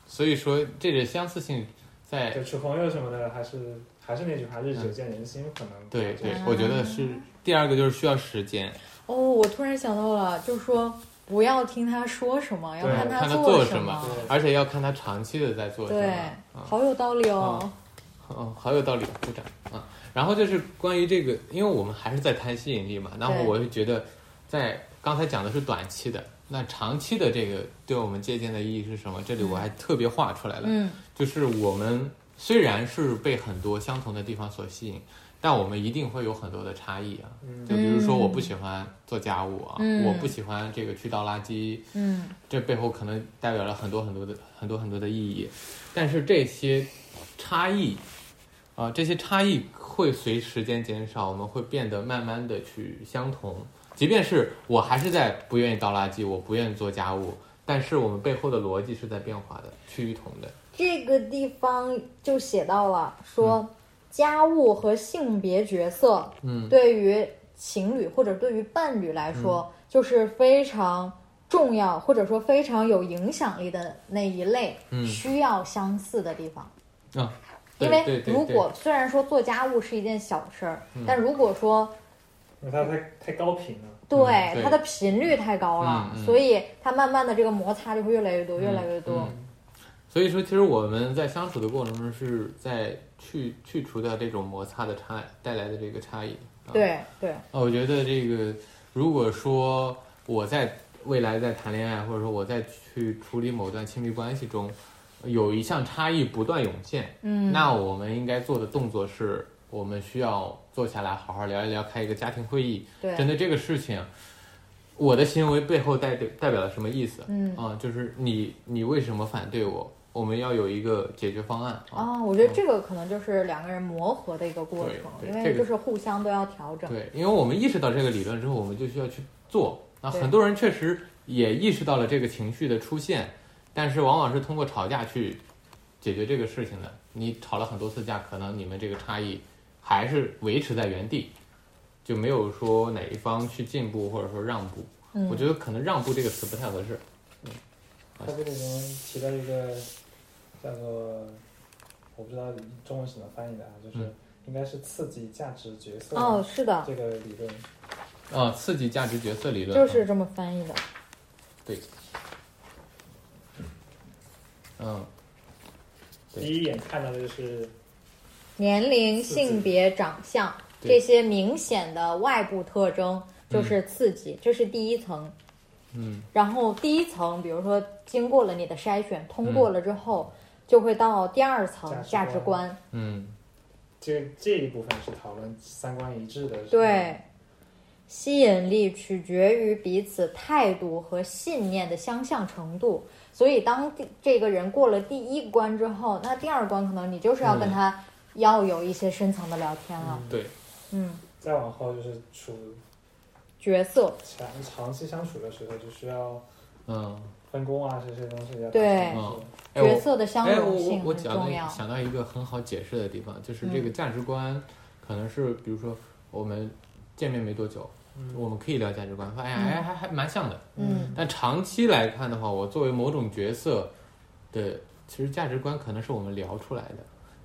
所以说，这个相似性在对，处朋友什么的，还是还是那句话，日久见人心，可能嗯对对嗯，我觉得是第二个就是需要时间，哦，我突然想到了，就说不要听他说什么，要对看看他做做什么么。对而且要看他长期的在做什对么。，嗯好有道理哦。嗯嗯，好有道理，鼓掌啊！然后就是关于这个，因为我们还是在谈吸引力嘛，然后对我就觉得，在刚才讲的是短期的，那长期的这个对我们借鉴的意义是什么？这里我还特别画出来了，嗯就是我们虽然是被很多相同的地方所吸引，但我们一定会有很多的差异啊。嗯就比如说，我不喜欢做家务啊，嗯我不喜欢这个去倒垃圾，嗯这背后可能代表了很多很多的很多很多的意义。但是这些差异啊、这些差异会随时间减少，我们会变得慢慢的去相同。即便是我还是在不愿意倒垃圾，我不愿意做家务，但是我们背后的逻辑是在变化的，趋于同的。这个地方就写到了说，家务和性别角色嗯，对于情侣或者对于伴侣来说，嗯就是非常重要或者说非常有影响力的那一类，嗯需要相似的地方。啊，对因为对对如对嗯果虽然说做家务是一件小事儿，但如果说因为它太太高频了，对,、嗯对它的频率太高了，嗯嗯嗯所以它慢慢的这个摩擦就会越来越多，越来越多。所以说，其实我们在相处的过程中是在去去除掉这种摩擦的差带来的这个差异。啊、对对，啊，我觉得这个，如果说我在未来在谈恋爱，或者说我在去处理某段亲密关系中，有一项差异不断涌现，嗯，那我们应该做的动作是，我们需要坐下来好好聊一聊，开一个家庭会议，对针对这个事情，我的行为背后代表代表了什么意思？嗯啊、就是你你为什么反对我？我们要有一个解决方案啊。啊，我觉得这个可能就是两个人磨合的一个过对程，对因这为个就是互相都要调整。对，因为我们意识到这个理论之后，我们就需要去做。那对很多人确实也意识到了这个情绪的出现，但是往往是通过吵架去解决这个事情的。你吵了很多次架，可能你们这个差异还是维持在原地，就没有说哪一方去进步或者说让步。嗯，我觉得可能“让步”这个词不太合适。啊他这里面提到一个叫做，我不知道中文怎么翻译的啊，就是嗯应该是刺激价值角色哦，是的，这个理论。啊、刺激价值角色理论就是这么翻译的。嗯，对第一眼看到的就是年龄、刺激性别、长相对这些明显的外部特征就是嗯刺激，这是第一层。嗯然后第一层，比如说经过了你的筛选，通过了之后，就会到第二层嗯价价值值观观。嗯这这一部分是讨论三观一致的，是吧对，，吸引力取决于彼此态度和信念的相像程度。所以，当第这个人过了第一关之后，那第二关可能你就是要跟他要有一些深层的聊天了。嗯对，嗯，再往后就是处角色长长期相处的时候，就需要嗯，分工啊，这些东西要对打清楚哎我角色的相哎，我容我性我很讲到重一要。嗯想到一个很好解释的地方，就是这个价值观，可能是比如说我们见面没多久，嗯我们可以聊价值观，发现嗯哎还还蛮像的。嗯但长期来看的话，我作为某种角色的，其实价值观可能是我们聊出来的，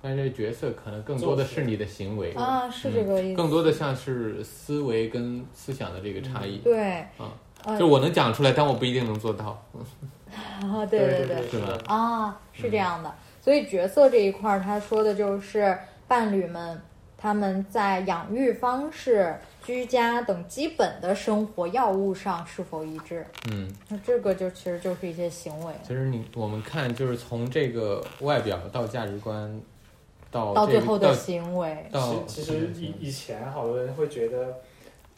但是这角色可能更多的是你的行为，啊，是这个意思。更多的像是思维跟思想的这个差异。对，啊呃就是我能讲出来，但我不一定能做到。啊，对对对对，是吧的啊，是这样的。所以角色这一块儿，他说的就是伴侣们他们在养育方式、居家等基本的生活要务上是否一致。嗯，那这个就其实就是一些行为，其实你我们看，就是从这个外表到价值观，到到哦这最个后到的行为，到其实其实以以前好多人会觉得，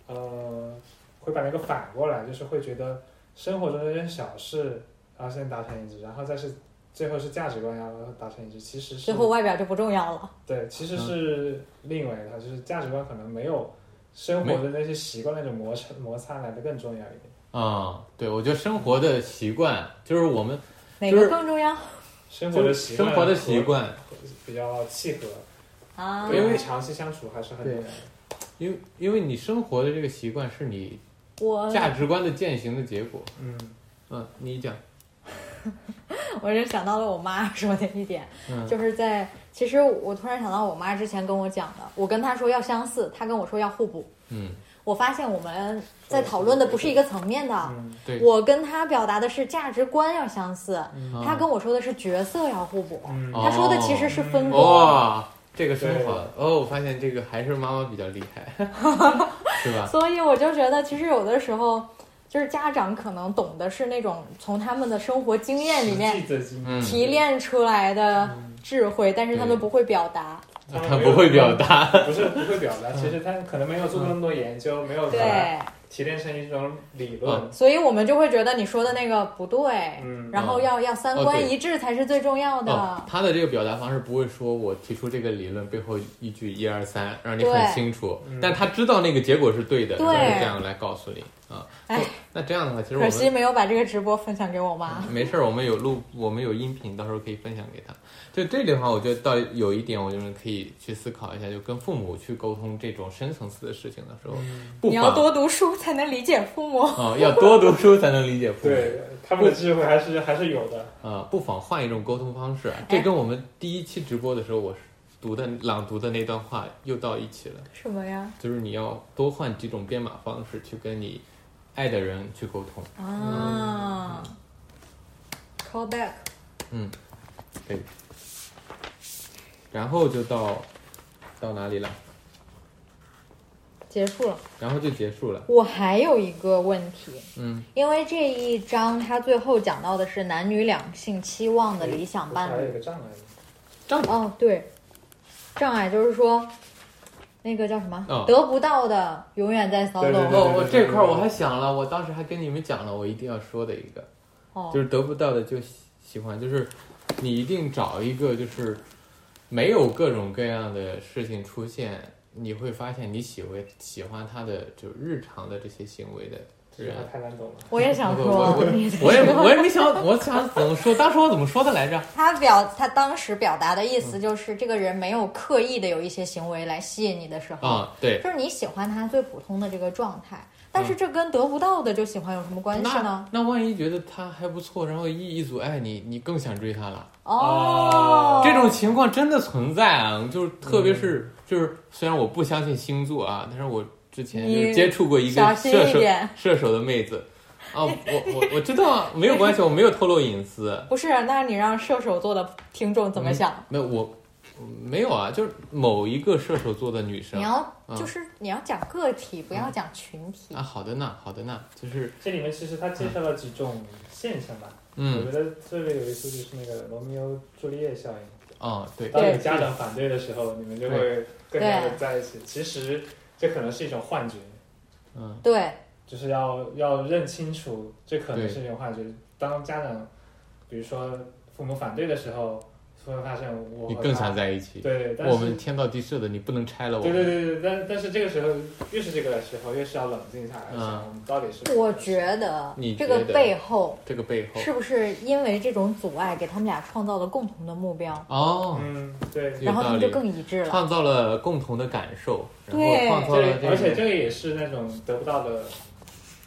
呃，会把那个反过来，就是会觉得生活中的这些小事，然后先达成一致，然后再是最后是价值观要达成一致。其实是最后外表就不重要了。对，其实是另外一套，就是价值观可能没有生活的那些习惯那种摩擦摩擦来的更重要一点。啊、对我觉得生活的习惯就是我们哪就个是更重要生活就的是习惯生和，活的习惯，比较契合，啊？因为长期相处还是很重要的。因为因为你生活的这个习惯是你我价值观的践行的结果。嗯，嗯，你讲， 我是想到了我妈说的一点，嗯就是在其实我突然想到我妈之前跟我讲的，我跟她说要相似，她跟我说要互补。嗯，我发现我们在讨论的不是一个层面的，嗯对，我跟她表达的是价值观要相似，嗯她跟我说的是角色要互补，嗯哦她说的其实是分哇、工。这个升华哦，我发现这个还是妈妈比较厉害， 是吧？所以我就觉得，其实有的时候就是家长可能懂的是那种从他们的生活经验里面嗯实际的经嗯嗯提炼出来的智慧，但是他们不会表达。 他不会表达，嗯不是不会表达，其实他可能没有做那么多研究，没有把它对。提炼成一种理论。哦所以我们就会觉得你说的那个不对，嗯然后要、要三观哦对一致才是最重要的。哦，他的这个表达方式不会说我提出这个理论背后依据一二三，让你对很清楚嗯，但他知道那个结果是对的，对然后这样来告诉你啊。哎那那这样的话，其实我可惜们没有把这个直播分享给我妈。没事儿，我们有录，我们有音频，到时候可以分享给他。就这里的话，我觉得到有一点，我就是可以去思考一下，就跟父母去沟通这种深层次的事情的时候，不嗯嗯你要妨多读书才能理解父 母。啊、要多读书才能理解父母。对，他们的智慧还是还是有的。啊，不妨换一种沟通方式啊。这跟我们第一期直播的时候我是读的朗读的那段话又到一起了，什么呀？就是你要多换几种编码方式去跟你爱的人去沟通。嗯啊、c a l l back。嗯，可以。然后就到到哪里了？结束了，然后就结束了。我还有一个问题，嗯因为这一章它最后讲到的是男女两性期望的理想伴还有侣一，个障碍，哦，对，障碍就是说，那个叫什么，哦得不到的永远在骚动。嗯对对哦，我这块儿我还想了，我当时还跟你们讲了，我一定要说的一个，哦，就是得不到的就喜喜欢，就是你一定找一个就是没有各种各样的事情出现，你会发现你喜欢喜欢他的就是日常的这些行为的啊这句话太难懂了。我也想 我说，你在我也说我也没想，我想怎么说，当时我怎么说的来着？他表他当时表达的意思就是，这个人没有刻意的有一些行为来吸引你的时候，啊、 对，嗯就是你喜欢他最普通的这个状态，但是这跟得不到的就喜欢有什么关系呢那？那万一觉得他还不错，然后一一阻碍你，你更想追他了。哦，嗯这种情况真的存在啊，就是特别是、就是虽然我不相信星座啊，但是我之前就是接触过一嗯小个心射一手点射手的妹子啊，我我我知道啊，没有关系，我没有透露隐私。不是，那你让射手座的听众怎么想？没有我没有啊，就是某一个射手座的女生你啊，要嗯就是你要讲个体，不要讲群体。啊好的呢，好的呢，就是这里面其实他介绍了几种现象吧，我嗯觉得特别有意思就是那个罗密欧朱丽叶效应。啊、对，当对有家长反对的时候，你们就会更加的在一起。其实这可能是一种幻觉，嗯对，就是要要认清楚，这可能对是一种幻觉。当家长，比如说父母反对的时候，突然发现我你和更他想在一起。对，但是我们天造地设的，你不能拆了我对们。对对对，但但是这个时候越是这个时候，越是要冷静下来，嗯想我们到底是我觉得你这个觉得哦背后这个背后是不是因为这种阻碍给他们俩创造了共同的目标，哦，嗯对。有然后他们就道更一致了。创造了共同的感受，然对后创造了对，这而且个这个也是那种得不到的，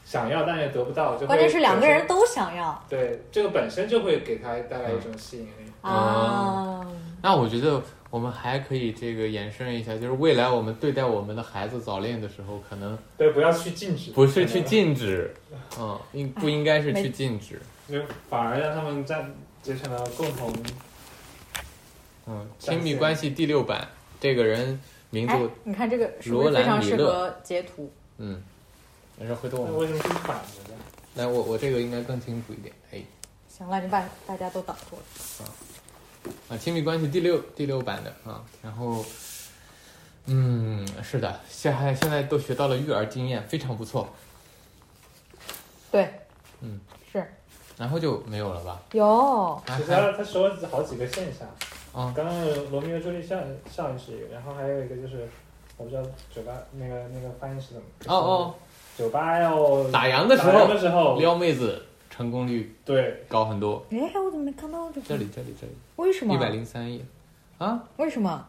想要但也得不到，就会关键是两个人本身都想要对这个本身就会给他带来一种吸引力。啊，那我觉得我们还可以这个延伸一下，就是未来我们对待我们的孩子早恋的时候，可能对，不要去禁止，不是去，禁止，嗯，应不应该是没去禁止，就反而让他们在结成了共同。嗯，展亲密现关系第六版，这个人名哎字，，你看这个是不是非常适罗合兰截图？嗯，然后回头那我为什么是反着的？来，我我这个应该更清楚一点，哎，行了，你把大家都挡住了。啊，亲密关系第六第六版的啊，然后，嗯，是的，现在现在都学到了育儿经验，非常不错，对，嗯，是然后就没有了吧？有啊其实他他说了好几个现象，哦刚刚有罗密欧朱丽叶效效应是一个，然后还有一个就是我不知道酒吧那个那个翻译是怎么。哦哦，，酒吧要打烊的时打烊候的时候，哦撩妹子成功率对，高很多。哎，我怎么没看到这个？这里这里这里，为什么？一百零三页啊，为什么？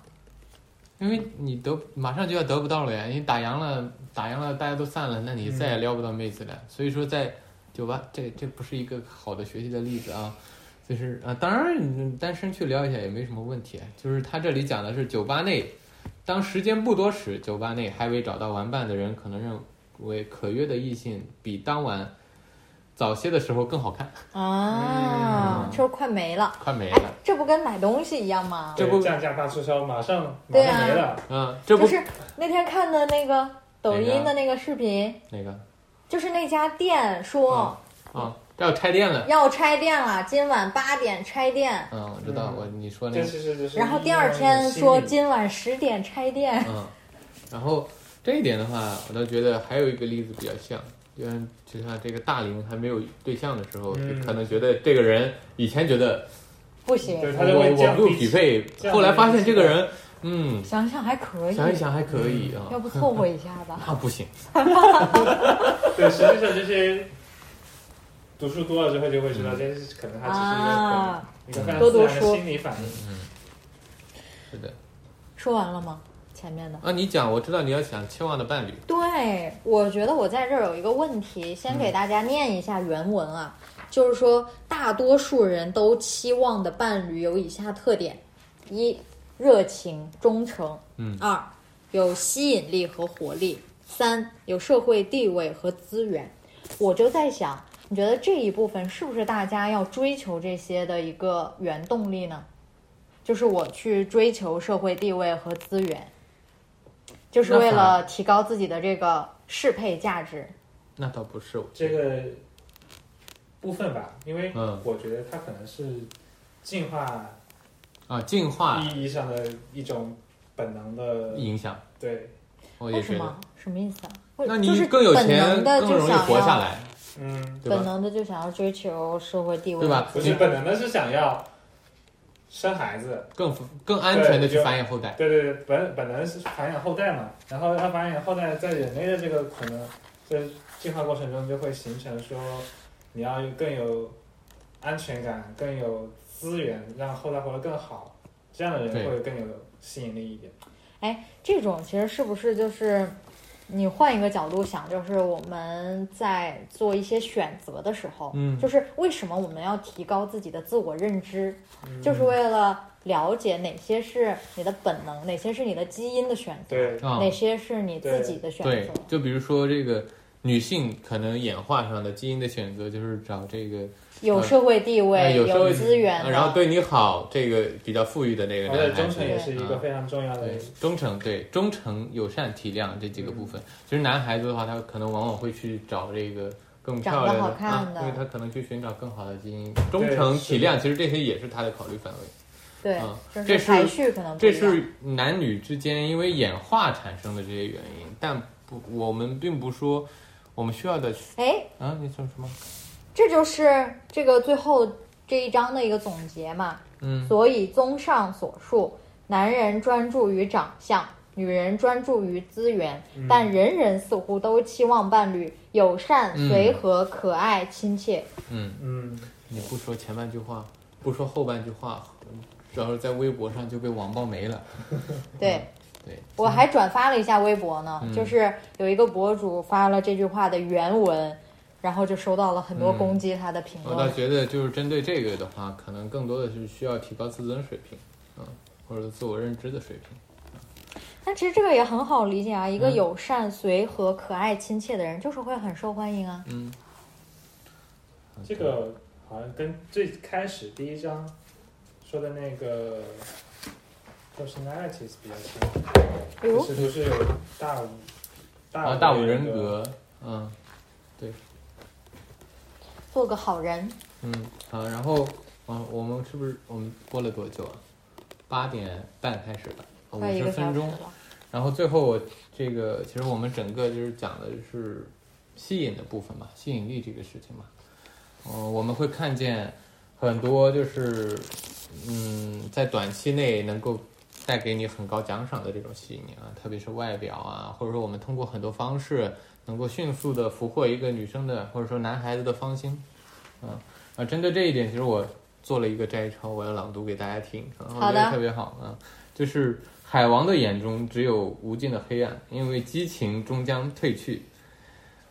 因为你得马上就要得不到了呀，你打烊了，打烊了，大家都散了，那你再嗯也撩不到妹子了。所以说在酒吧，这这不是一个好的学习的例子啊。就是啊，当然嗯单身去撩一下也没什么问题。啊就是他这里讲的是酒吧内，当时间不多时，酒吧内还未找到玩伴的人，可能认为可约的异性比当晚早些的时候更好看，啊，就是快没了。快嗯没哎了。，这不跟买东西一样吗？这对不降价大促销马上马对上啊没了，嗯，这就不是那天看的那个抖音的那个视频，哪个？就是那家店说啊啊，这要拆店了。要拆店了，今晚八点拆店，嗯，我知道，嗯我你说那这个，其实就是。然后第二天说今晚十点拆店。嗯，然后这一点的话，我倒觉得还有一个例子比较像，就像就像这个大龄还没有对象的时候，嗯就可能觉得这个人以前觉得不行，对我他就会我降不低匹配，降后来发现低这个人，嗯，想想还可以，想一想还可以啊，要不凑合一下 吧。那不行，对，实际上这些读书多了之后就会知道，这是可能它只是一个可能、啊一个非常多读自然的书心理反应。是的说完了吗？前面的。啊，你讲，我知道你要想期望的伴侣，对，我觉得我在这儿有一个问题，先嗯给大家念一下原文啊，就是说大多数人都期望的伴侣有以下特点：一、热情忠诚；嗯，二、有吸引力和活力；三、有社会地位和资源。我就在想，你觉得这一部分是不是大家要追求这些的一个原动力呢？就是我去追求社会地位和资源，就是那为反了提高自己的这个适配价值。那倒不是，这个部分吧，因为嗯我觉得它可能是进化啊，进化意义上的一种本能的，影响，对，我为也什觉得么，？哦什么意思啊？会那就是你更有本钱，能的更就容易想要活下，来，嗯，对本吧？能的就想要追求社会地位，对吧不是本能的是想要生孩子，更更安全的去对繁衍后代。对对对，本本能是繁衍后代嘛，然后要繁衍后代，在人类的这个可能就是进化过程中就会形成说，你要更有安全感，更有资源，让后代活得更好，这样的人对会更有吸引力一点。这种其实是不是就是你换一个角度想，就是我们在做一些选择的时候，嗯就是为什么我们要提高自己的自我认知，嗯就是为了了解哪些是你的本能，哪些是你的基因的选择，对，啊、哪些是你自己的选对择。，就比如说这个女性可能演化上的基因的选择就是找这个有社会地位、嗯哎有有社会资源啊的，然后对你好这个比较富裕的那个而且男孩忠子诚也是一个嗯非常重要的对，忠诚对忠诚、友善、体谅这几个部分。其实男孩子的话，他可能往往会去找这个更漂亮长得的，好看的啊，因为他可能去寻找更好的基因。忠对诚、是体的谅，其实这些也是他的考虑范围。对嗯，就这是是排序可能不一这样是男女之间因为演化产生的这些原因，但不，我们并不说我们需要的哎，啊，你说什么？这就是这个最后这一章的一个总结嘛。嗯，所以综上所述，男人专注于长相，女人专注于资源，嗯嗯但人人似乎都期望伴侣友善、嗯随和、可爱、亲切。嗯，嗯，你不说前半句话，不说后半句话，然后在微博上就被网暴没了。对。对，我还转发了一下微博呢，嗯就是有一个博主发了这句话的原文，然后就收到了很多嗯攻击他的评我论。倒觉得，就是针对这个的话，可能更多的是需要提高自尊水平，嗯，或者自我认知的水平。但其实这个也很好理解啊，一个嗯友善、随和、可爱、亲切的人，就是会很受欢迎啊。嗯，这个好像跟最开始第一章说的那个 personalities 比较像，比就如，是不是有大五大啊，五大五人格，格，嗯做个好人，嗯，好，然后，嗯，我们是不是我们播了多久啊？八点半开始吧，五快一十个小分时钟。了。然后最后我这个，其实我们整个就是讲的是吸引的部分嘛，吸引力这个事情嘛。嗯、我们会看见很多就是，嗯，在短期内能够带给你很高奖赏的这种吸引啊，特别是外表啊，或者说我们通过很多方式能够迅速的俘获一个女生的或者说男孩子的芳心，嗯啊，针对这一点，其实我做了一个摘抄，我要朗读给大家听，啊好我觉的得特别好啊，就是海王的眼中只有无尽的黑暗，因为激情终将褪去，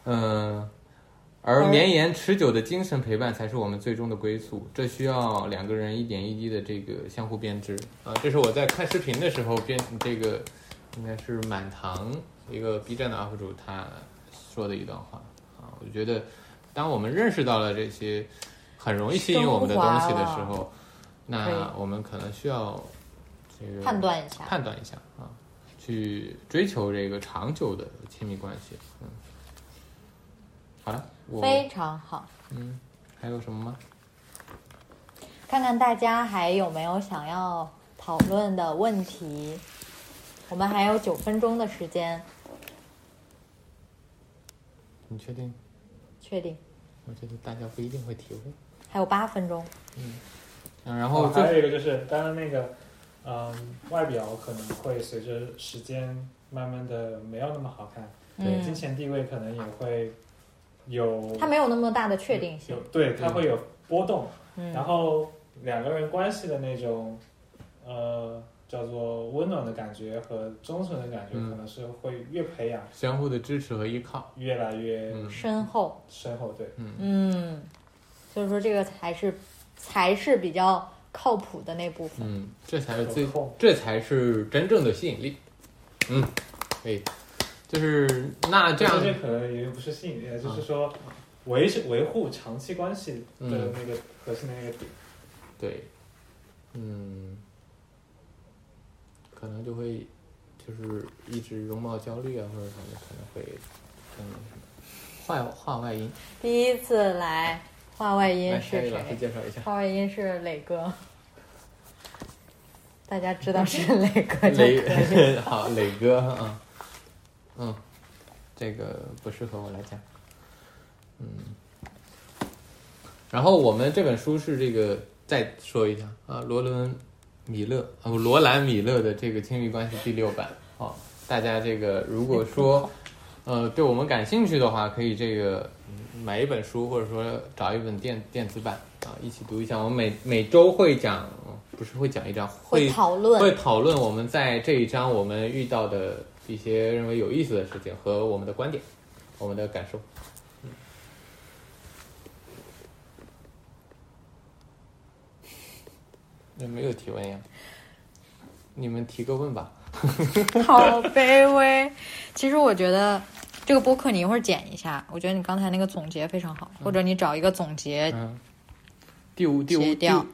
嗯、而而绵延持久的精神陪伴才是我们最终的归宿，这需要两个人一点一滴的这个相互编织啊。这是我在看视频的时候编这个，应该是满堂一个 B 站的 UP 主他说的一段话啊。我觉得，当我们认识到了这些很容易吸引我们的东西的时候，那我们可能需要这个判断一下判断一下啊，去追求这个长久的亲密关系。嗯，好了，我非常好。嗯，还有什么吗？看看大家还有没有想要讨论的问题，我们还有九分钟的时间，你确定？确定我觉得大家不一定会体会。还有八分钟。嗯，然哦后还最有一个就是，当然那个，嗯，外表可能会随着时间慢慢的没有那么好看，对金嗯，钱地位可能也会有，它没有那么大的确定性有。对，它嗯会有波动，然嗯，后两个人关系的那种，呃，叫做温暖的感觉和忠诚的感觉，嗯可能是会越培养相互的支持和依靠。越来越嗯深厚。深厚，对，嗯，嗯，所以说这个才是才是比较靠谱的那部分。嗯，这才是最可控，这才是真正的吸引力。嗯，可以，就是那这样但，是这可能也不是吸引力，就是说维持维护长期关系的嗯那个核心的那个点。对，嗯，可能就会就是一直容貌焦虑啊，或者什么，可能会嗯话话外音。第一次来话外音来，是下谁一位？老师介绍一下。话外音是磊 哥，大家知道是磊哥就可以。磊 好，磊哥啊，嗯，这个不适合我来讲，嗯。然后我们这本书是这个再说一下啊，罗伦米勒啊，不哎罗兰米勒的这个《亲密关系》第六版。哦，大家这个如果说呃，对我们感兴趣的话，可以这个嗯买一本书，或者说找一本电电子版啊，一起读一下。我们每每周会讲，不是会讲一章，会会讨论，会讨论我们在这一章我们遇到的一些认为有意思的事情和我们的观点、我们的感受。嗯，没有提问呀？你们提个问吧。好卑微。其实我觉得这个播客你一会儿剪一下，我觉得你刚才那个总结非常好，或者你找一个总结嗯，第五第五哎切第掉五